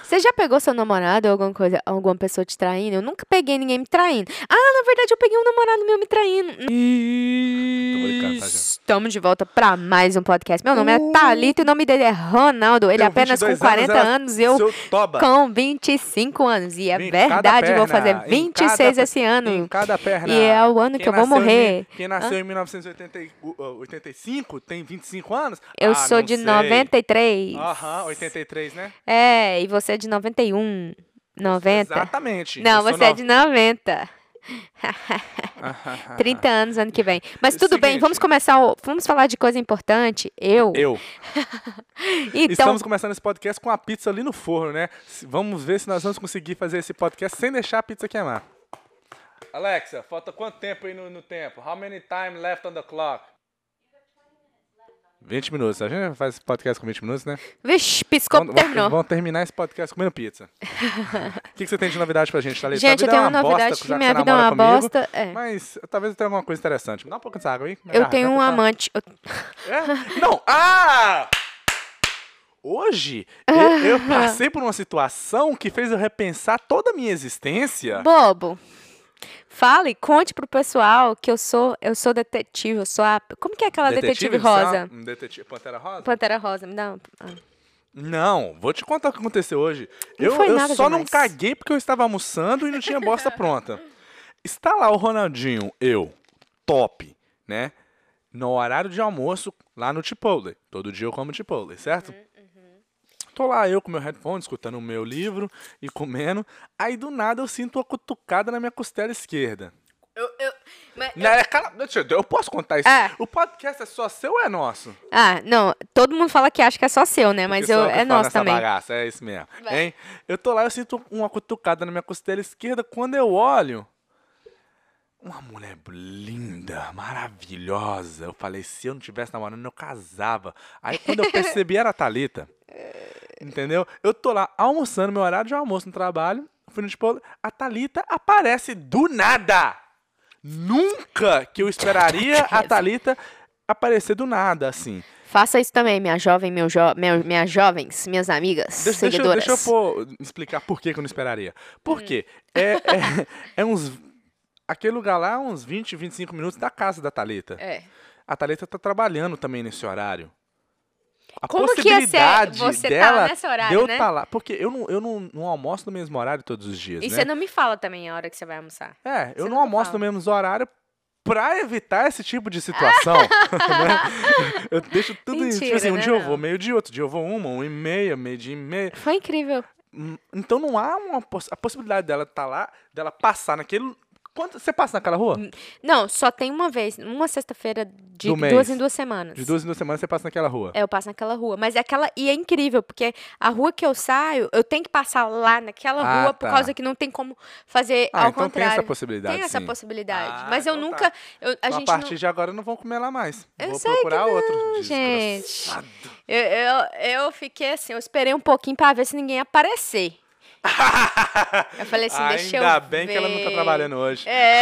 Você já pegou seu namorado ou alguma coisa, alguma pessoa te traindo? Eu nunca peguei ninguém me traindo. Ah, na verdade eu peguei um namorado meu me traindo. brincando, tá, gente? Estamos de volta pra mais um podcast. Meu nome Uh. é Thalita e o nome dele é Ronaldo. Ele Tenho apenas com 22 40 ela- anos, eu Seu toba. com 25 anos. E é Em cada verdade, vou perna, fazer em 26 cada- esse ano. Em cada perna. E é o ano Quem que eu vou nasceu em morrer. mil- quem nasceu em uh, 1985 tem 25 anos? Eu Ah, sou não de sei. 93. Aham, 83, né? É, e você é de 91. 90? Exatamente. Não, Eu sou você é de 90. nova- 30 anos ano que vem. Mas É o tudo bem, seguinte- vamos começar. o- vamos falar de coisa importante. Eu. Eu. Então, Estamos começando esse podcast com a pizza ali no forno, né? Se- Vamos ver se nós vamos conseguir fazer esse podcast sem deixar a pizza queimar. Alexa, falta quanto tempo aí no, no tempo? How many time left on the clock? 20 minutos. A gente faz esse podcast com 20 minutos, né? vixe, piscou, vão, terminou. Vamos terminar esse podcast comendo pizza. O que, que você tem de novidade pra gente, Thalita? Gente, eu Tua vida tenho é uma novidade bosta, que já minha você vida é uma namora comigo, bosta. é. Mas talvez eu tenha alguma coisa interessante. Me dá um pouco de água aí. minha Eu tenho um garganta tá- amante. Eu- é? Não! Ah! Hoje, eu, eu passei por uma situação que fez eu repensar toda a minha existência. Bobo. Fale, conte pro pessoal que eu sou, eu sou detetive, eu sou a. Como que é aquela detetive, você é uma- rosa? um Detetive Pantera Rosa? Pantera Rosa, me dá um, ah. uma. Não, vou te contar o que aconteceu hoje. Não eu foi eu nada só não demais. caguei porque eu estava almoçando e não tinha bosta pronta. Está lá o Ronaldinho, eu, top, né? No horário de almoço, lá no Chipotle. Todo dia eu como Chipotle, certo? Tô lá eu com meu headphone, escutando o meu livro e comendo. Aí do nada eu sinto uma cutucada na minha costela esquerda. Eu, eu, mas- Não, é cala- deixa eu- Eu posso contar isso? É. O podcast é só seu ou é nosso? Ah, não, todo mundo fala que acha que é só seu, né? Mas Porque eu, sou que é falo nosso nessa também. Bagaça, é isso mesmo. Vai. Hein? Eu tô lá, eu sinto uma cutucada na minha costela esquerda. Quando eu olho, uma mulher linda, maravilhosa. Eu falei, se eu não tivesse namorando, eu casava. Aí quando eu percebi, era a Thalita. Entendeu? Eu tô lá almoçando, meu horário de almoço no trabalho. Fui no tipo, a Thalita aparece do nada. Nunca que eu esperaria a Thalita aparecer do nada, assim. Faça isso também, minha jovem, meu jo... meu- minhas jovens, minhas amigas, Deixa, deixa, eu- seguidoras. Hum. deixa eu pôr- explicar por que, que eu não esperaria. Por quê? É, é, é uns. Aquele lugar lá é uns 20, 25 minutos da casa da Thalita. É. A Thalita tá trabalhando também nesse horário. A Como que ia ser possibilidade você tá dela nesse horário, de eu né? tá lá. Porque eu não, eu não, não almoço no mesmo horário todos os dias, E né? você não me fala também a hora que você vai almoçar. É, eu Você não nunca almoço no fala. mesmo horário pra evitar esse tipo de situação. né? Eu deixo tudo isso. Tipo Mentira, assim, um né, dia eu não? vou meio dia, outro dia eu vou uma, uma e meia, meio dia e meia. Foi incrível. Hum, Então não há uma poss- a possibilidade dela estar lá, dela passar naquele. Quanto, você passa naquela rua? Hum, Não, só tem uma vez, uma sexta-feira de Do mês. duas em duas semanas. De duas em duas semanas você passa naquela rua. É, eu passo naquela rua. Mas é aquela. E é incrível, porque a rua que eu saio, eu tenho que passar lá naquela Ah, rua, por tá. causa que não tem como fazer ah, É, ao então tem contrário. essa possibilidade. Tem essa sim. possibilidade. Ah, mas eu então tá. nunca. eu- a Então, gente a não- partir de agora não vão comer lá mais. Eu Vou sei que procurar outro. gente. Desgraçado. Eu, eu, eu fiquei assim, eu esperei um pouquinho pra ver se ninguém aparecer. Eu falei assim, deixa eu Ainda bem que ela não tá ver. trabalhando hoje. É.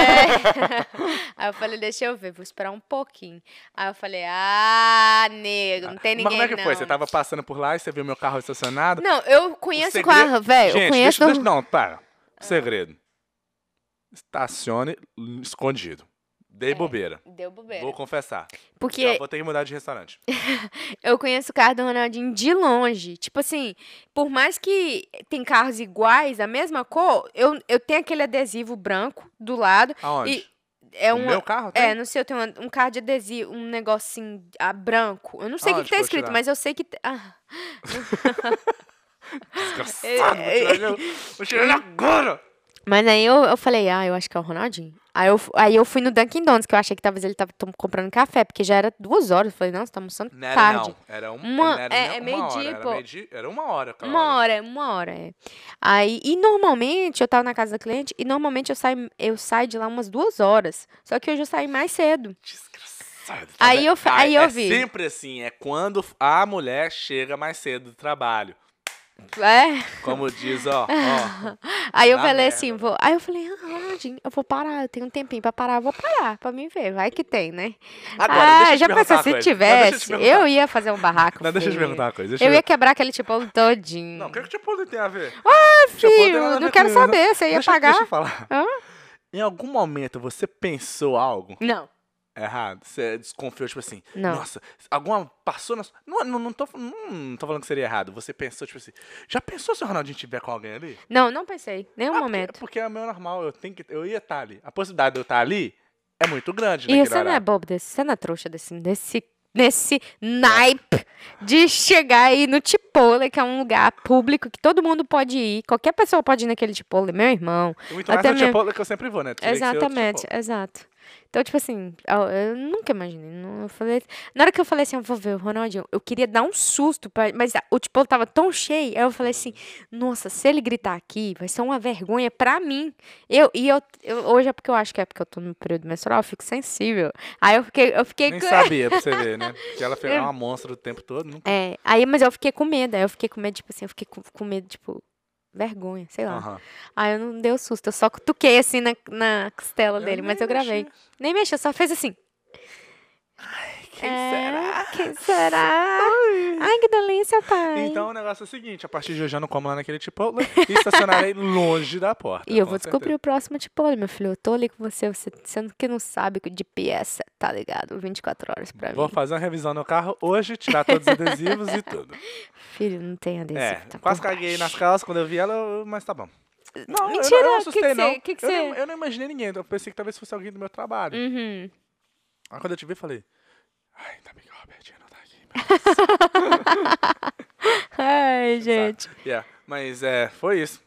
Aí eu falei, deixa eu ver, vou esperar um pouquinho. Aí eu falei, ah, nego, não tem Mas ninguém como é que foi? não. Você tava passando por lá e você viu meu carro estacionado? Não, eu O conheço segredo- com a... Velho, eu Gente, conheço... Deixa, do- Ah. deixa, não, para. Segredo. Estacione escondido. Dei bobeira. Deu É. bobeira. Vou confessar. Já Porque vou ter que mudar de restaurante. eu conheço o carro do Ronaldinho de longe. Tipo assim, por mais que tem carros iguais, a mesma cor, eu, eu tenho aquele adesivo branco do lado. Aonde? E é O um... meu carro Tá tem? É, não sei, eu tenho uma- um carro de adesivo, um negocinho ah, branco. Eu não sei o que, Aonde que tá que eu escrito, tirar? mas eu sei que. t- Ah, Desgraçado, vou tirar ele- vou tirar ele agora! Mas aí eu, eu falei, ah, eu acho que é o Ronaldinho. Aí eu, fu- aí eu fui no Dunkin' Donuts, que eu achei que talvez ele tava tom- comprando café, porque já era duas horas. Eu falei, não, você tá almoçando Não era tarde. não, era um- Uma- não era é- nem é uma meio-dia, hora, era pô. meio-dia- era uma hora, cara. Uma hora, uma hora, é. Aí, e normalmente eu tava na casa da cliente e normalmente eu saio, eu saio de lá umas duas horas. Só que hoje eu saí mais cedo. Desgraçado. Aí vendo? eu fa- aí é eu vi. sempre assim, é quando a mulher chega mais cedo do trabalho. É. Como diz, ó, ó. Aí eu Dá falei merda, assim, né? vou. Aí eu falei, ah, rapidinho. Eu vou parar, eu tenho um tempinho pra parar, eu vou parar pra mim ver, vai que tem, né? Agora, deixa ah, eu te já perguntar pensou uma se coisa. Não, deixa eu te tivesse? perguntar. eu ia fazer um barraco. Não, deixa eu te feio. perguntar uma coisa. Deixa Eu eu ia ver. quebrar aquele tipão todinho. Não, o que, é que o Chipotle tem a ver? Chipotle nada a Filho, ver não quero com isso, saber, você ia deixa, eu- pagar? Deixa eu falar. Hã? Em algum momento você pensou algo Não, errado? Você desconfiou, tipo assim, Não. nossa, alguma passou na sua. Não, não, não, tô, não, não tô falando que seria errado. Você pensou, tipo assim, já pensou se o Ronaldinho tiver com alguém ali? não, não pensei, nenhum Ah, Um momento. Porque, porque é o meu normal, eu tenho que. Eu ia estar ali. A possibilidade de eu estar ali é muito grande, né? E você não é bobo desse, você não é trouxa desse, desse, desse naipe de chegar aí no Chipotle, que é um lugar público que todo mundo pode ir, qualquer pessoa pode ir naquele Chipotle, meu irmão. Muito mais até no mesmo- Chipotle que eu sempre vou, né? Teria que ser outro Exatamente, exato. Então, tipo assim, eu, eu nunca imaginei. Não, eu falei, na hora que eu falei assim, eu vou ver o Ronaldinho, eu queria dar um susto, pra, mas a- o Chipotle tava tão cheio, aí eu falei assim, nossa, se ele gritar aqui, vai ser uma vergonha pra mim. Eu, e eu, eu- hoje é porque eu acho que é porque eu tô no período menstrual, eu fico sensível. Aí eu fiquei, eu fifiquei Nem com- sabia, pra você ver, né? Que ela foi uma monstra o tempo todo. Não... É, aí, mas eu fiquei com medo, aí eu fiquei com medo, tipo assim, eu fiquei com, com medo, tipo, vergonha, sei lá. Aham. Aí eu não dei o susto, eu só cutuquei assim na, na costela dele, mas nem eu gravei. mexi. Nem mexeu, só fez assim. Quem É, será? Quem será? Ai, que delícia, pai. Então o negócio é o seguinte: a partir de hoje eu não como lá naquele Chipotle e estacionarei longe da porta. e eu com vou descobrir o próximo tipo, olha, meu filho, eu tô ali com você, você sendo que não sabe que o GPS tá ligado 24 horas pra certeza. Vou mim. fazer uma revisão no carro hoje, tirar todos os adesivos e tudo. Filho, não tem adesivo. É, tá por quase caguei nas baixo. calças quando eu vi ela, eu- mas tá bom. Não, eu- eu, Mentira, não que assustei, que cê- não. que que eu, nem- cê- eu não imaginei ninguém, então eu pensei que talvez fosse alguém do meu trabalho. Uhum. Aí quando eu te vi, eu falei: Ai, ainda bem que a Robertinha não tá aqui. meu Ai, gente. Sabe? Yeah. Mas é, foi isso.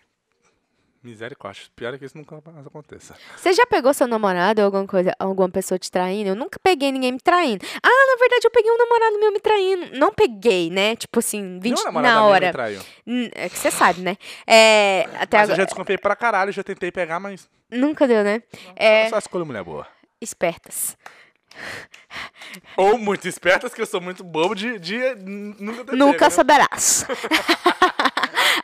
Misericórdia. Pior é que isso nunca mais aconteça. Você já pegou seu namorado ou alguma coisa, alguma pessoa te traindo? Eu nunca peguei ninguém me traindo. Ah, na verdade, eu peguei um namorado meu me traindo. Não peguei, né? Tipo assim, 20 Meu namorado na amigo me hora. traiu. Hum, É que você sabe, né? É, até Mas eu já agora. desconfiei pra caralho, já tentei pegar, mas Nunca deu, né? É, só escolho mulher boa. espertas. Ou muito espertas, que eu sou muito bobo de, de n- nunca ter Nunca pego, né? saberás.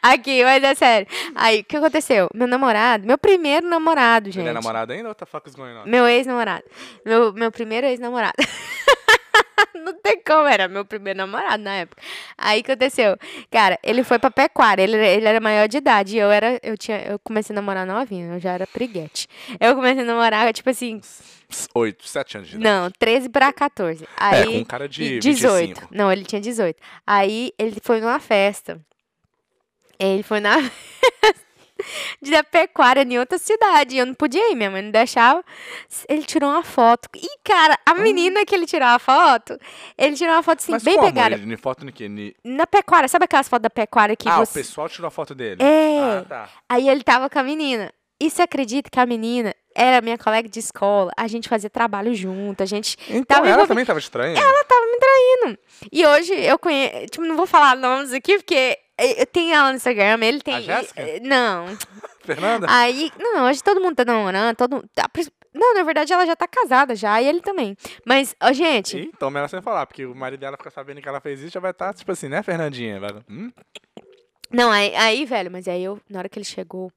Aqui, mas é sério. Aí, o que aconteceu? Meu namorado, meu primeiro namorado, gente. Ele é namorado ainda? What the fuck is going on? Meu ex-namorado. Meu, meu primeiro ex-namorado. Não tem como, era meu primeiro namorado na época. Aí o que aconteceu? Cara, ele foi pra pecuária, ele, ele era maior de idade. E eu era, eu tinha, eu comecei a namorar novinha, eu já era priguete. Eu comecei a namorar, tipo assim, Pss, Hum, Oito, sete anos de idade. não, 13 pra 14. Aí, É, com um cara de e 18. 25. Não, ele tinha 18. Aí ele foi numa festa. Ele foi na festa da pecuária em outra cidade. E eu não podia ir, minha mãe não deixava. Ele tirou uma foto. E, cara, a menina que ele tirou a foto, ele tirou uma foto assim, Hum. Mas bem como? pegada. Ele, foto no quê? Ni- Na pecuária, sabe aquelas fotos da pecuária que ah, o você. pessoal tirou a foto dele. É. Ah, tá. Aí ele tava com a menina. E você acredita que a menina era minha colega de escola? A gente fazia trabalho junto, a gente Então tava ela envolvida. também tava estranha. E hoje eu conheço. Tipo, não vou falar nomes aqui, porque eh, eu tenho ela no Instagram, ele tem. Jéssica? eh, Não. Fernanda? Aí. Não, hoje todo mundo tá namorando, todo tá pres- Não, na verdade ela já tá casada já, e ele também. Mas, ó, gente, Ih, Então, melhor sem falar, porque o marido dela fica sabendo que ela fez isso, já vai estar, tipo assim, né, Fernandinha? Vai- Hum? não, aí, aí, velho, mas aí eu, na hora que ele chegou.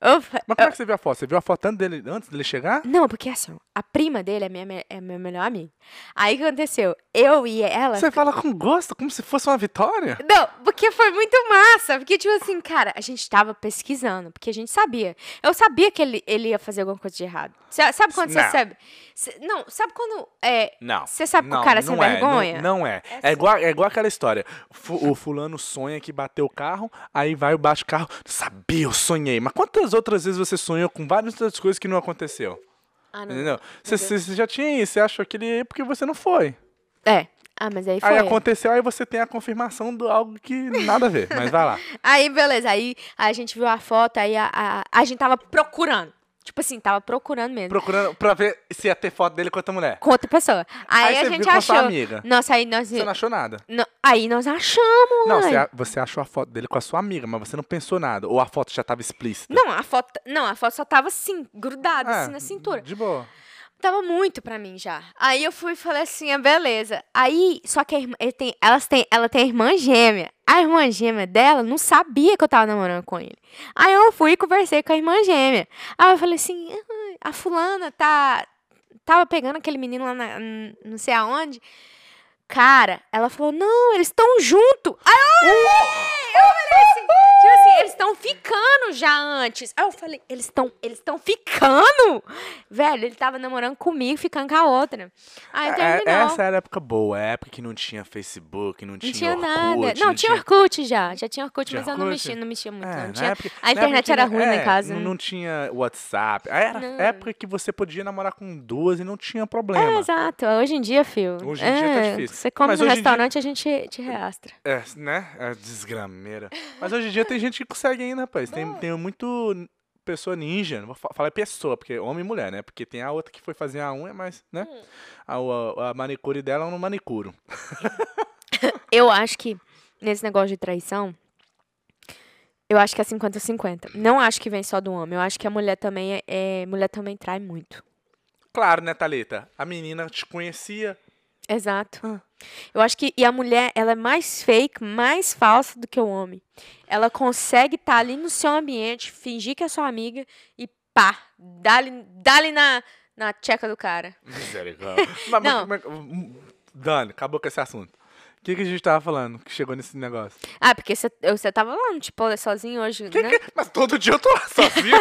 eu fa- Mas como é que você viu a foto? Você viu a foto tanto dele antes dele chegar? Não, porque assim, ó, a prima dele é minha, me- é minha melhor amiga. Aí o que aconteceu? Eu e ela. Você fala com gosto, como se fosse uma vitória? Não, porque foi muito massa. Porque, tipo assim, cara, a gente tava pesquisando, porque a gente sabia. Eu sabia que ele, ele ia fazer alguma coisa de errado. Sa- Sabe quando você Não. sabe? Cê- não, sabe quando. É, Não. Você sabe que o Não, cara é sem não é, vergonha? Não, não é. É É, igual, é igual aquela história. Fu- o fulano sonha que bateu o carro, aí vai o bate o carro. Sabia, eu sonhei. Mas quantas outras vezes você sonhou com várias outras coisas que não aconteceu? Ah, não. Entendeu? Você você já tinha isso, você achou que ele ia porque você não foi. É. Ah, mas aí foi. Aí aconteceu, aí você tem a confirmação de algo que nada a ver. Mas vai lá. Aí, beleza. Aí a gente viu a foto, aí a, a, a gente tava procurando. Tipo assim, tava procurando mesmo. Procurando pra ver se ia ter foto dele com outra mulher. Com outra pessoa. Aí, Aí a você gente viu com a achou. sua amiga. Nossa, aí nós. Você não achou nada. Não, aí nós achamos, Não, mãe. você, a- você achou a foto dele com a sua amiga, mas você não pensou nada. Ou a foto já tava explícita. Não, a foto. Não, a foto só tava assim, grudada, Ah, assim, na cintura. De boa. Tava muito pra mim já. Aí eu fui e falei assim, ah, beleza. Aí, só que a irmã, ele tem, elas têm, ela tem a irmã gêmea. A irmã gêmea dela não sabia que eu tava namorando com ele. Aí eu fui e conversei com a irmã gêmea. Aí eu falei assim, "Ah, a fulana tá tava pegando aquele menino lá na, n- não sei aonde. Cara, ela falou, não, eles estão junto. Aí eu, "Ei!" eu falei assim, tipo assim, eles estão ficando já antes. Aí eu falei, eles estão eles estão ficando? Velho, ele tava namorando comigo, ficando com a outra. Aí É- terminou. essa era a época boa, a época que não tinha Facebook, não Não tinha, tinha Orkut, nada. Não, tinha Orkut já. Já tinha Orkut, Tinha mas eu não Orkut? mexia, não mexia muito. É, não na tinha... época- A na internet época que era não- ruim lá em é, casa. Não, não tinha WhatsApp. Era Não. a época que você podia namorar com duas e não tinha problema. É, exato. Hoje em dia, filho. Hoje em dia tá é, difícil. Você come Mas no hoje em dia- restaurante, a gente te reastra. É, né? É desgrameira. Mas hoje em dia tem gente que consegue ainda, rapaz. Tem, tem muito n- pessoa ninja. Não vou fa- falar pessoa, porque homem e mulher, né? Porque tem a outra que foi fazer a unha, mas, né? Hum. A, a- a manicure dela é um manicuro. Eu acho que nesse negócio de traição, eu acho que é 50-50. Não acho que vem só do homem. Eu acho que a mulher também é, é- mulher também trai muito. Claro, né, Thalita? A menina te conhecia. Exato. Ah. Eu acho que e a mulher, ela é mais fake, mais falsa do que o homem. Ela consegue estar ali no seu ambiente, fingir que é sua amiga e pá, dá-lhe dá-lhe na na tcheca do cara. Misericórdia. mas, Não. mas- mas- Dani, acabou com esse assunto. O que, que a gente tava falando que chegou nesse negócio? Ah, porque você você tava lá no tipo sozinho hoje, Que né? que- Mas todo dia eu tô lá sozinho.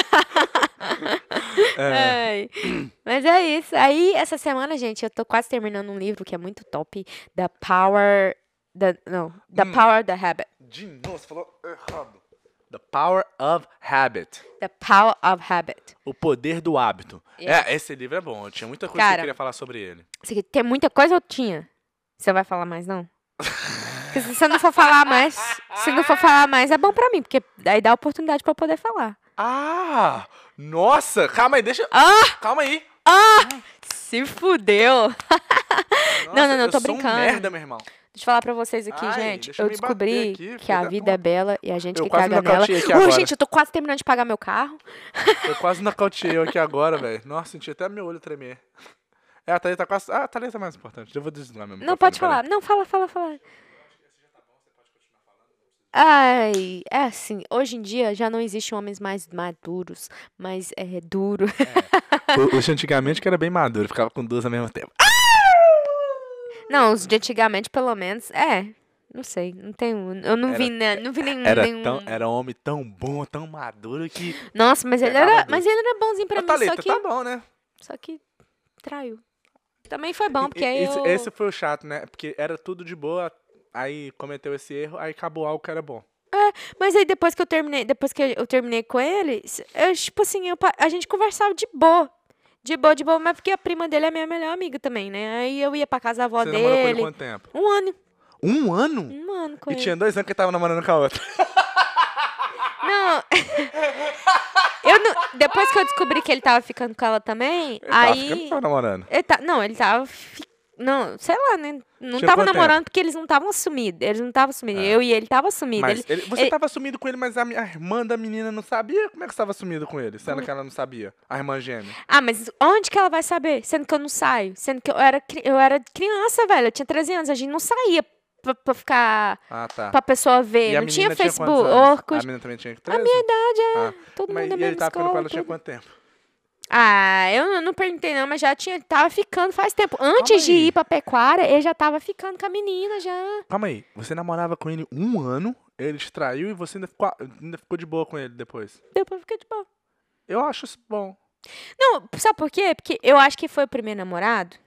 É, Ai. Mas é isso. Aí, essa semana, gente, eu tô quase terminando um livro que é muito top, da Power. Da, não, da Hum. Power da Habit. de novo, você falou errado. The Power of Habit. The Power of Habit. O Poder do Hábito. Yeah. É, esse livro é bom. eu Tinha muita coisa que Cara. eu queria falar sobre ele. Você quer- tem muita coisa ou tinha? Você vai falar mais, não? Porque se você não for falar mais, se não for falar mais, é bom pra mim, porque aí dá oportunidade pra eu poder falar. Ah! Nossa! Calma aí, deixa... Ah! Calma aí. Se fudeu! Nossa, não, não, eu tô sou um brincando. merda, meu irmão. Deixa eu falar pra vocês aqui, Ai, gente. deixa Eu eu me bater descobri aqui, que a filha da vida é bela e a gente Eu que quase caga nela. nocauteei aqui Ui, agora. gente, eu tô quase terminando de pagar meu carro. Eu quase nocauteei eu aqui agora, velho. Nossa, senti até meu olho tremer. É, a Thalita quase... Ah, a Thalita é mais importante. Eu vou desligar meu Não, microfone, pode peraí. falar. Não, fala, fala, fala. tá Ai, é assim, hoje em dia já não existem homens mais maduros, mais é, duro. O- Os de antigamente que era bem maduro, ficava com duas ao mesmo tempo. Não, os de antigamente, pelo menos, é. Não sei, não tem um- Eu não Era- vi, né? Não vi nenhum. Era, nenhum- tão, era homem tão bom, tão maduro que. Nossa, mas ele pegava era. do- Mas ele era bonzinho pra Ô, mim, Thalita, só que. tá bom, né? Só que traiu. Também foi bom, porque aí Isso- eu. Esse foi o chato, né? Porque era tudo de boa, aí cometeu esse erro, aí acabou algo que era bom. Mas aí depois que eu terminei, depois que eu terminei com ele, s- eu, tipo assim, eu pa- a gente conversava de boa. De boa, de boa, mas porque a prima dele é minha melhor amiga também, né? Aí eu ia pra casa da avó Você namorou com ele dele. quanto tempo? Um ano. Um ano? Um ano com E ele. tinha dois anos que ele tava namorando com a outra. Não. eu não. Depois que eu descobri que ele tava ficando com ela também, Tava aí. ficando, tava namorando. Ele tá, não, ele tava. fi- Não, sei lá, né? Não Tinha tava quanto É. namorando porque eles não estavam assumidos. Eles não estavam assumidos. Eu e ele tava assumido. Mas Ele- ele- você ele- tava sumido com ele, mas a, minha- a irmã da menina não sabia? Como é que você tava sumido com ele? Hum. Sendo que ela não sabia. A irmã gêmea. Ah, mas onde que ela vai saber? Sendo que eu não saio. Sendo que eu era, cri- eu era criança, velho. Eu tinha 13 anos. A gente não saía pra, pra ficar. Ah, tá. pra pessoa ver. E a não tinha menina quantos Facebook, anos? Orkut. A menina também tinha 13? A minha idade é. Ah, Todo mas mundo é e ele mesma tava ficando com escola. ela tinha tudo. quanto tempo? Ah, eu não- não perguntei, não, mas já tinha. Tava ficando faz tempo. Antes de aí. ir pra pecuária, ele já tava ficando com a menina já. Calma aí, você namorava com ele um ano, ele te traiu e você ainda ficou, ainda ficou de boa com ele depois. Deu pra ficar de boa. Eu acho isso bom. Não, sabe por quê? Porque eu acho que foi o primeiro namorado.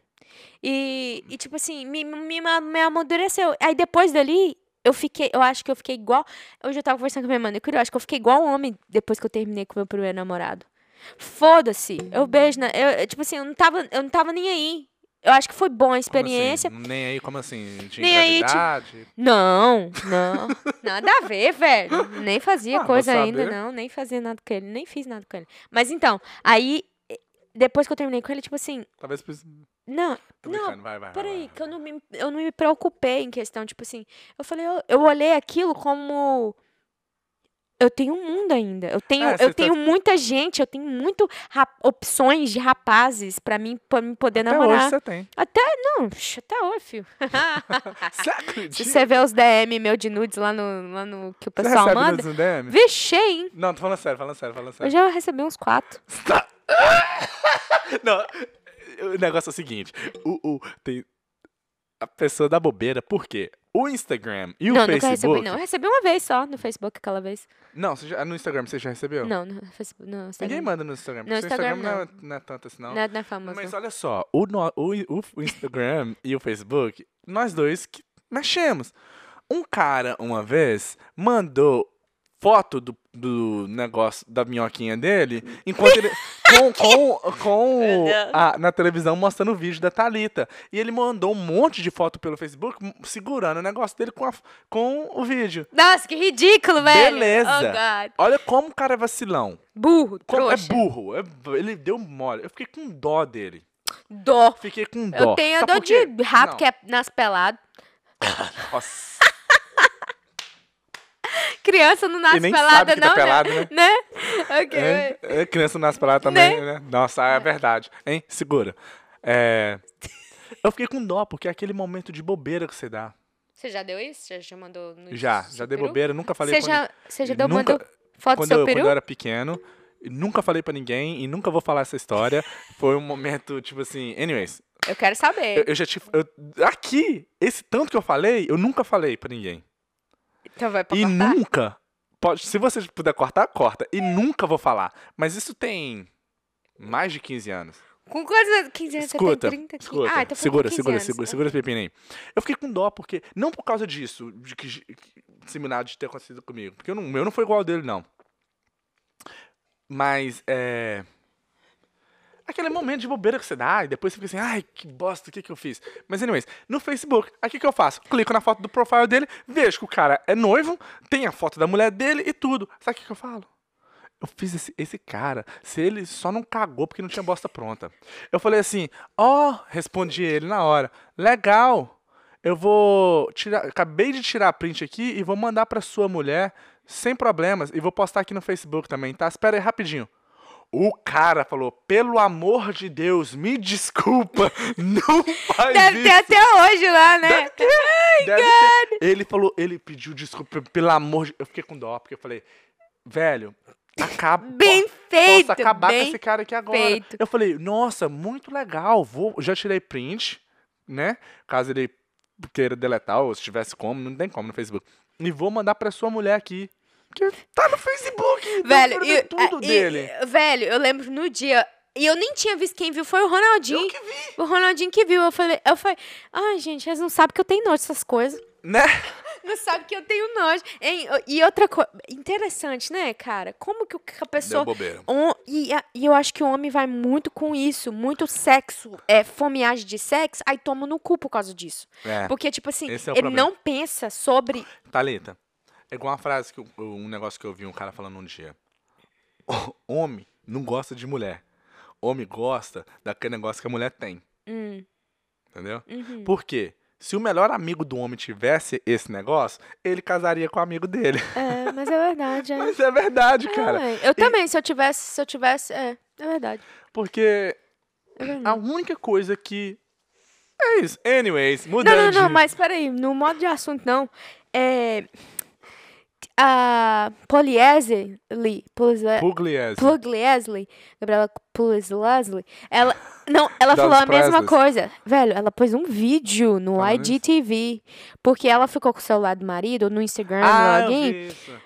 E, e, tipo assim, me, me, ma- me amadureceu. Aí depois dali, eu fiquei, eu acho que eu fiquei igual. Hoje eu tava conversando com a minha manicure, eu acho que eu fiquei igual um homem depois que eu terminei com o meu primeiro namorado. Foda-se. Eu beijo na. Eu, eu, tipo assim, eu não, tava, eu não tava nem aí. Eu acho que foi boa a Como assim? experiência. Nem aí, como assim? Tinha Nem aí, tipo- gravidade? Não, não. Nada a ver, velho. Nem fazia Ah, vou coisa ainda, saber. não. Nem fazia nada com ele. Nem fiz nada com ele. Mas então, aí, eh, depois que eu terminei com ele, tipo assim. Talvez por isso- Não, Tô não, brincando, vai, vai. vai, Peraí, vai. que eu não, me, eu não me preocupei em questão, tipo assim, eu falei, eu, eu olhei aquilo como eu tenho um mundo ainda. Eu tenho, É, eu cê tá- tenho muita gente, eu tenho muito rap- opções de rapazes pra mim, pra mim poder Até namorar. hoje você tem. Até, não, psh, até hoje, filho. Você Se acredita? você vê os DM meu de nudes lá no, lá no que o Você pessoal recebe manda, nudes no DM? vixe, hein? Não, tô falando sério, falando sério, falando Eu sério. já recebi uns quatro. Tá. Não, o negócio é o seguinte. O, o- tem a pessoa da bobeira, por quê? O Instagram e o não, nunca Facebook... recebi, não. Eu recebi uma vez só no Facebook aquela vez. Não, você já- ah, no Instagram você já recebeu? Não, no Facebook. Não, Ninguém Instagram. manda no Instagram. No porque o Instagram Instagram, não, é, não é tanto assim, não. Não, é- não é famoso. Mas não. olha só, o, no- o- o- o Instagram e o Facebook, nós dois que mexemos. Um cara, uma vez, mandou foto do, do negócio da minhoquinha dele, enquanto ele. Com, com, com Meu Deus. a- na televisão mostrando o vídeo da Thalita. E ele mandou um monte de foto pelo Facebook m- segurando o negócio dele com, a f- com o vídeo. Nossa, que ridículo, velho. Beleza. Oh, God. Olha como o cara é vacilão. Burro, Como- é trouxa. burro. é bu- ele deu mole. Eu fiquei com dó dele. Dó. Fiquei com dó. Eu tenho a Sabe dor por quê? de rato Não. que é nas peladas. Nossa. Criança não nasce E nem pelada, sabe que tá não, né? pelado, né? Ok. É, é, criança nasce pra lá também, né? Nossa, é verdade. Hein? Segura. É, Eu fiquei com dó, porque é aquele momento de bobeira que você dá. Você já deu isso? Já, já mandou no Já, seu já dei peru? bobeira, nunca falei Você com já, você já deu, Nunca- mandou foto do quando, seu eu, quando peru? eu era pequeno. e Nunca falei pra ninguém e nunca vou falar essa história. Foi um momento, tipo assim. Anyways, Eu quero saber. eu, eu já tive. eu- aqui, esse tanto que eu falei, eu nunca falei pra ninguém. Então vai pra E cortar. nunca. Pode, se você puder cortar, corta. E nunca vou falar. Mas isso tem mais de 15 anos. Com quantos anos? 15 anos, Escuta, você tem 30? 15? escuta. Ah, então foi com segura, 15 segura, anos. segura, segura esse pepino aí. Eu fiquei com dó, porque. Não por causa disso, de que, que- similar de ter acontecido comigo. Porque eu não, o meu não foi igual ao dele, não. Mas, é. Aquele momento de bobeira que você dá, e depois você fica assim, ai, que bosta, o que, que eu fiz? Mas, anyways, no Facebook, aqui que eu faço? Clico na foto do profile dele, vejo que o cara é noivo, tem a foto da mulher dele e tudo. Sabe o que, que eu falo? Eu fiz esse, esse cara, se ele só não cagou porque não tinha bosta pronta. Eu falei assim, ó, respondi ele na hora, legal, eu vou tirar, acabei de tirar a print aqui e vou mandar pra sua mulher, sem problemas, e vou postar aqui no Facebook também, tá? Espera aí rapidinho. O cara falou, pelo amor de Deus, me desculpa, não faz Deve isso. ter até hoje lá, né? Deve ter. Ele falou, ele pediu desculpa, pelo amor de... Eu fiquei com dó, porque eu falei, velho, acaba... Bem feito. Posso acabar bem... com esse cara aqui agora. feito. Eu falei, nossa, muito legal. Vou, já tirei print, né? Caso ele queira deletar ou se tivesse como, não tem como no Facebook. E vou mandar pra sua mulher aqui. Que tá no Facebook. então eu Velho, quero ver e, é, tudo e- dele. velho, eu lembro no dia. E eu nem tinha visto quem viu, foi o Ronaldinho. Eu que vi. O Ronaldinho que viu. Eu falei, eu falei, ai, gente, eles não sabem que eu tenho nojo dessas coisas. Né? Não sabem que eu tenho nojo. Hein? E outra coisa. Interessante, né, cara? Como que o- que a pessoa. bobeira. Hom- e, a- e eu acho que o homem vai muito com isso, muito sexo, é fomeagem de sexo, aí toma no cu por causa disso. É, Porque, tipo assim, Esse é o ele problema. não pensa sobre. Thalita, é igual uma frase, que eu- um negócio que eu vi um cara falando um dia. Homem não gosta de mulher. Homem gosta daquele negócio que a mulher tem, Hum, entendeu? uhum. Por quê? Se o melhor amigo do homem tivesse esse negócio, ele casaria com o amigo dele. É, mas é verdade, é. Mas é verdade, É, cara. ué. eu também, se eu tivesse, se eu tivesse. É, é verdade. Porque É verdade. a única coisa que. É isso. Anyways, Não, mudando. não, não, de- mas peraí, no modo de assunto, não. É. A Pugliese, Pugliese, Pugliese. Pugliese, Gabriela Pugliese, ela, não, ela Das falou a mesma Presleys. coisa. Velho, ela pôs um vídeo no Falando IGTV, porque ela ficou com o celular do marido, no Instagram, ah, de alguém. eu vi isso.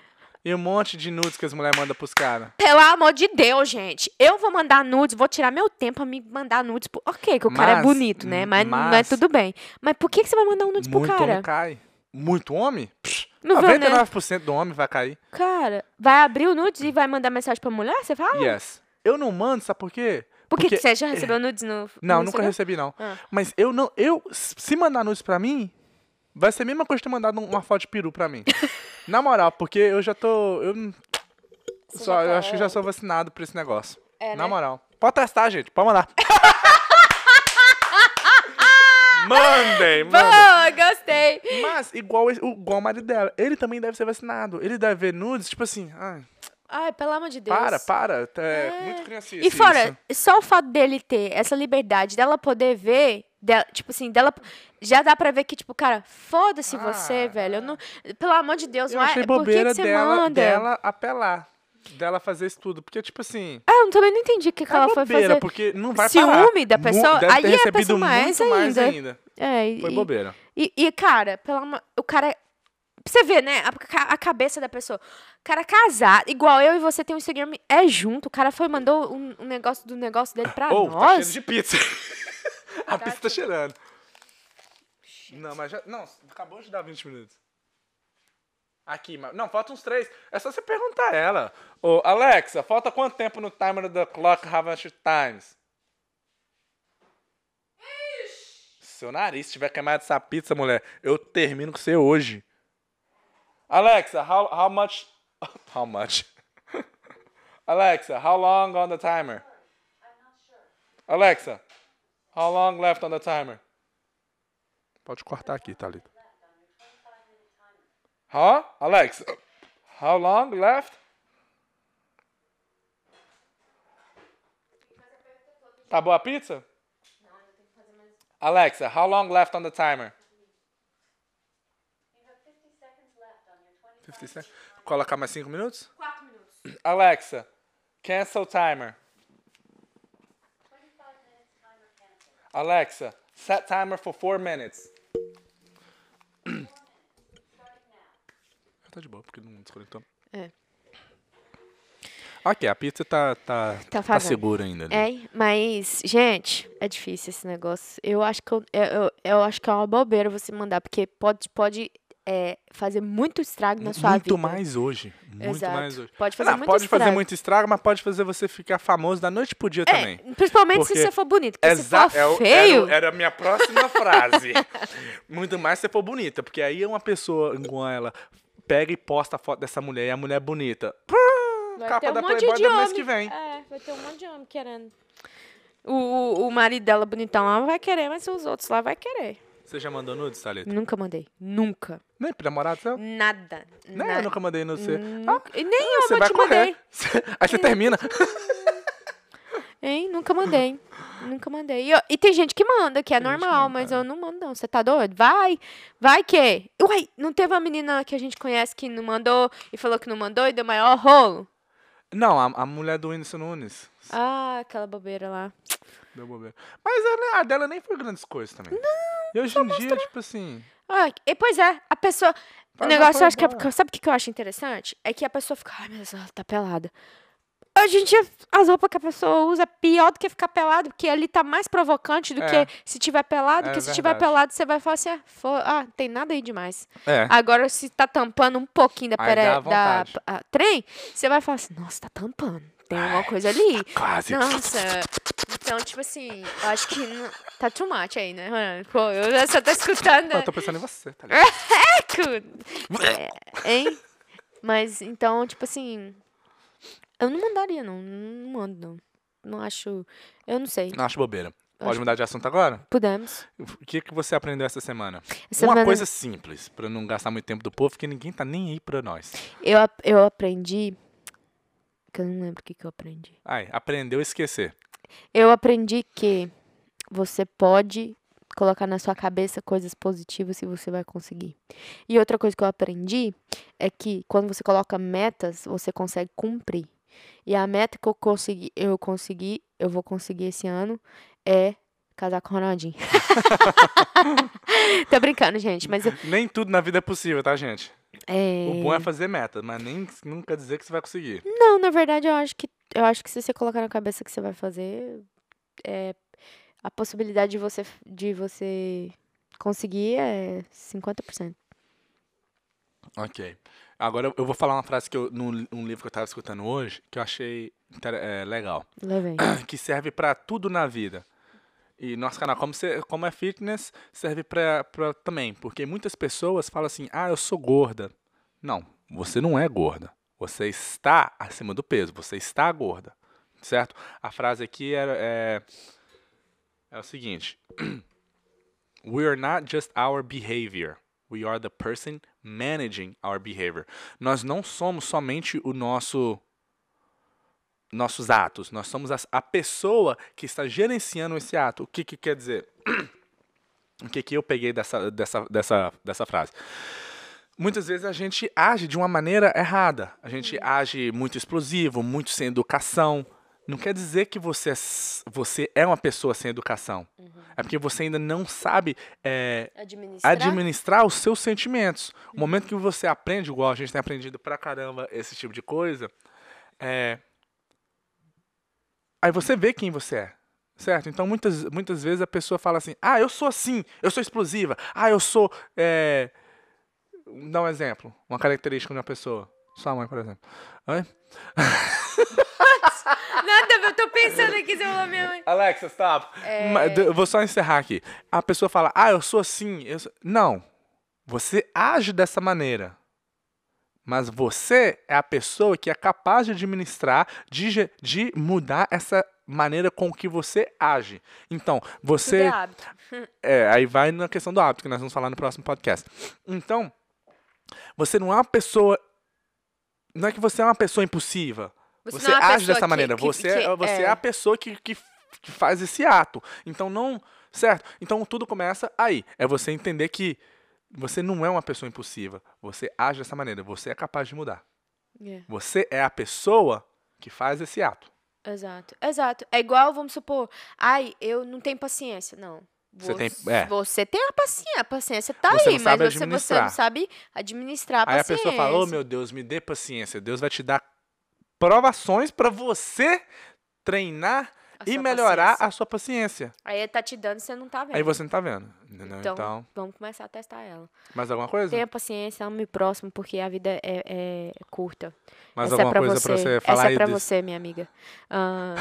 E um monte de nudes que as mulheres mandam pros caras. Pelo amor de Deus, gente. Eu vou mandar nudes, vou tirar meu tempo pra me mandar nudes. pro- Ok, que o cara é Mas, bonito, né? hum, Mas, mas... mas- tudo bem. Mas por que, que você vai mandar um nudes Muito pro cara? homem cai. Muito homem? Psh, Não vai, né? 99% do homem vai cair. Cara, vai abrir o nudes e vai mandar mensagem pra mulher? Você fala? Yes. Eu não mando, sabe por quê? Por que porque- que você já recebeu nudes no. Não, no nunca Instagram? recebi, não. Ah. Mas eu não. Eu, se mandar nudes pra mim, vai ser a mesma coisa de ter mandado um- uma foto de peru pra mim. Na moral, porque eu já tô. Eu, não- Você só, já eu tá- acho que já sou vacinado por esse negócio. É, Na né? moral. Pode testar, gente. Pode mandar. Mandem, mandem. Boa, gostei. Mas, igual, esse- igual o marido dela, ele também deve ser vacinado. Ele deve ver nudes, tipo assim, ai, Ai, pelo amor de Deus. para, para. tá- É, É. muito criancice E fora, isso. só o fato dele ter essa liberdade, dela poder ver, dela- tipo assim, dela. Já dá pra ver que, tipo, cara, foda-se você, Ah. velho. eu não- pelo amor de Deus, Eu não é. achei Por que, bobeira que você dela, manda? dela apelar. Dela fazer isso tudo. Porque, tipo assim. Ah, eu também não entendi o que, que é ela foi bobeira, fazer. porque não vai Ciúme parar. da Mu- pessoa? Deve ter Aí a recebido pessoa mais muito mais ainda. ainda. É, e, Foi bobeira. e, e, cara, pelo amor. O cara. é, Você vê, né? A, ca- a cabeça da pessoa. O cara é casado, igual eu e você tem um Instagram, é junto. O cara foi, mandou um, um negócio do negócio dele pra Ou, tá cheiro nós. de pizza. a pizza Caraca. tá cheirando. Não, mas já. Não, acabou de dar 20 minutos. Aqui, mas. Não, falta uns três. É só você perguntar a ela. Ô, Alexa, falta quanto tempo no timer da clock how much times? Seu nariz tiver queimado essa pizza, mulher, eu termino com você hoje. Alexa, how, how much. How much? Alexa, how long on the timer? Alexa, how long left on the timer? Pode cortar aqui, Thalita. Huh? Alexa, how long left? Tá boa a pizza? Alexa, how long left on the timer? 50 seconds. Colocar mais 5 minutos? Quatro minutos. Alexa, cancel timer. Alexa, set timer for 4 minutes. Tá de boa, porque não desconectou. É. Ok, a pizza tá, tá, Tá tá, fazendo. segura ainda. ali. É, mas, gente, é difícil esse negócio. Eu acho que, eu, eu, eu- eu acho que é uma bobeira você mandar, porque pode, pode é, fazer muito estrago na sua muito vida. mais hoje. Muito Exato. mais hoje. Ah, Pode fazer Não, muito pode fazer estrago. muito estrago, mas pode fazer você ficar famoso da noite pro dia também. É, principalmente se Porque- você for bonito, porque Exa- se é for o- feio... Era, era a minha próxima frase. Muito mais se for bonita, porque aí uma pessoa igual ela pega e posta a foto dessa mulher e a mulher é bonita. Pá, Vai capa ter um da monte Playboy de do homem. mês que vem. É, vai ter um monte de homem querendo. O, o, o marido dela bonitão lá não vai querer, mas os outros lá vai querer. Você já mandou nudes, Thalita? Nunca mandei. Nunca. Nem pro namorado seu? Nada. Nem nada. eu nunca mandei nudes. Você. Ah, Nunca- e Nem eu você vou vai Hum. te mandei. correr. Aí você termina. Hein? Nunca mandei. Nunca mandei. E, eu- e tem gente que manda, que é gente que normal, manda, mas é. eu não mando, não. Você tá doido? Vai! Vai que? Uai, não teve uma menina que a gente conhece que não mandou e falou que não mandou e deu maior rolo? Não, a, a mulher do Whindersson Nunes. Ah, aquela bobeira lá. Deu bobeira. Mas ela- a dela nem foi grandes coisas também. Não, e hoje em dia, tipo assim. Ah, e, pois é, a pessoa. o Faz uma negócio, eu acho que. é coisa. porque- sabe o que que eu acho interessante? É que a pessoa fica. Ai, meu Deus, ela tá pelada. A gente. As roupas que a pessoa usa é pior do que ficar pelado, porque ali tá mais provocante do É. que se tiver pelado, É que se tiver verdade. pelado, você vai falar assim: ah, fo- ah, tem nada aí demais. É. Agora, se tá tampando um pouquinho da Aí dá pere, da vontade. a- trem, você vai falar assim, nossa, tá tampando. Tem alguma coisa ali. tá Quase. Nossa. Então, tipo assim, eu acho que não- tá too much aí, né, Ronaldo? Pô, eu já só tô escutando. Eu né? tô pensando em você, tá Thalita. Eco! É, hein? Mas, então, tipo assim, eu não mandaria, não. Não mando, não. Não acho... Eu não sei. Não acho bobeira. Pode Acho- mudar de assunto agora? Pudemos. O que, que você aprendeu essa semana? Essa Uma semana- coisa simples, pra não gastar muito tempo do povo, porque ninguém tá nem aí pra nós. Eu, ap- eu aprendi... Que eu não lembro o que, que eu aprendi. Ai, aprendeu a esquecer. Eu aprendi que você pode colocar na sua cabeça coisas positivas e você vai conseguir. E outra coisa que eu aprendi é que quando você coloca metas, você consegue cumprir. E a meta que eu consegui, eu consegui, eu vou conseguir esse ano é casar com o Ronaldinho. Tô brincando, gente, mas eu- Nem tudo na vida é possível, tá, gente? é, O bom é fazer meta, mas nem nunca dizer que você vai conseguir. não, na verdade eu acho que eu acho que se você colocar na cabeça que você vai fazer, é, a possibilidade de você, f- de você conseguir é 50%. Ok. Agora eu vou falar uma frase que eu, num, num livro que eu tava escutando hoje, que eu achei inter- é, legal. Lá vem. que serve pra tudo na vida. E nosso canal, como, cê- como é fitness, serve pra pra também. Porque muitas pessoas falam assim: ah, eu sou gorda. Não, você não é gorda. Você está acima do peso. Você está gorda. Certo? A frase aqui era, é, é o seguinte: We are not just our behavior. We are the person managing our behavior. Nós não somos somente o nosso nossos atos, nós somos as- a pessoa que está gerenciando esse ato. O que, que quer dizer? O que, que eu peguei dessa, dessa, dessa, dessa frase? Muitas vezes a gente age de uma maneira errada. A gente age muito explosivo, muito sem educação. Não quer dizer que você, é s- você é uma pessoa sem educação. É porque você ainda não sabe é, Administrar. administrar os seus sentimentos. O momento que você aprende, igual a gente tem aprendido pra caramba esse tipo de coisa, é. Aí você vê quem você é. Certo? Então, muitas, muitas vezes a pessoa fala assim: ah, eu sou assim, eu sou explosiva, ah, eu sou. É... Dá um exemplo, uma característica de uma pessoa. Sua mãe, por exemplo. Hã? Nada, eu tô pensando aqui se eu falar minha mãe. Alexa, stop. Ma- d- eu Vou só encerrar aqui. A pessoa fala, ah, eu sou assim. eu sou-" Não. Você age dessa maneira. Mas você é a pessoa que é capaz de administrar, de, ge- de mudar essa maneira com que você age. Então, Tudo você. é hábito. É, aí vai na questão do hábito, que nós vamos falar no próximo podcast. Então, você não é uma pessoa. Não é que você é uma pessoa impulsiva. Você, não é uma age pessoa dessa que- maneira. que- você que- é, você é. a pessoa que, que, que faz esse ato. Então, não. Certo? Então, tudo começa aí. É você entender que você não é uma pessoa impulsiva. Você age dessa maneira. Você é capaz de mudar. É. Você é a pessoa que faz esse ato. É. Exato, exato. É igual, vamos supor, ai, eu não tenho paciência. Não. Você tem- é. você tem a paciência, a paciência tá Você aí, mas não sabe você, você não administrar. sabe administrar a Aí a paciência. pessoa fala: Ô meu Deus, me dê paciência. Deus vai te dar provações pra você treinar a e sua melhorar paciência. a sua paciência. Aí tá te dando e você não tá vendo. Aí você não tá vendo. entendeu? Então, Então- Vamos começar a testar ela. mais alguma coisa? Tenha paciência, ame o próximo, porque a vida é, é curta. Mais Essa alguma é pra coisa você. pra você falar Essa é aí pra disso? você, minha amiga. Ah,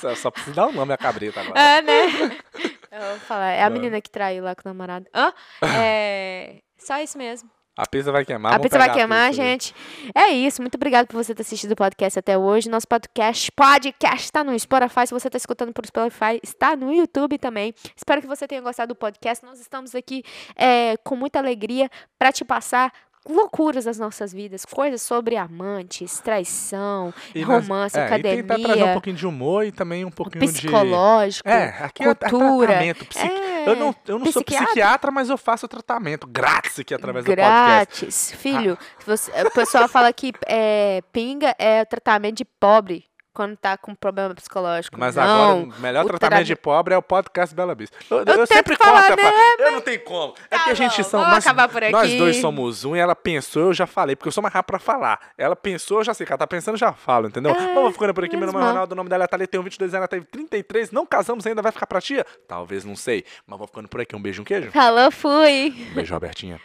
Só, só precisa dar o nome à cabrita agora. É, né? Eu vou falar. É a Não. menina que traiu lá com o namorado. Hã? É. Só isso mesmo. A pizza vai queimar. a vamos pizza Ah, vai Ah, pegar queimar, pizza aí. gente. É isso. Muito obrigado por você ter assistido o podcast até hoje. Nosso podcast, podcast tá no Spotify. Se você tá escutando por Spotify, está no YouTube também. Espero que você tenha gostado do podcast. Nós estamos aqui é, com muita alegria para te passar loucuras das nossas vidas, coisas sobre amantes, traição, E nós- romance, é, E tentar trazer um academia, pouquinho de humor e também um pouquinho psicológico. É. de... É, aqui é tra- cultura. tratamento. psiqui- Eu não, eu não sou psiquiatra. psiquiatra, mas eu faço tratamento grátis aqui através do podcast. Grátis, filho. Você, o pessoal fala que é, pinga é tratamento de pobre quando tá com problema psicológico. Mas não. agora o melhor o tratamento traba- de pobre é o podcast Bela Bis. Eu, Eu eu sempre tento falar corto, eu, falo, eu não tenho como. É Tá que a gente bom, são vamos nós, acabar por nós aqui. dois somos um e ela pensou, eu já falei, porque eu sou mais rápido pra falar. Ela pensou, eu já sei, que ela tá pensando, eu já falo, entendeu? É, Vamos ficando por aqui, meu menos nome é mal. Ronaldo, o nome dela é Thalia, tenho 22 anos, ela teve 33, não casamos ainda, vai ficar pra tia? Talvez, não sei, mas vou ficando por aqui. Um beijo, um queijo. Falou, fui. Um beijo, Robertinha.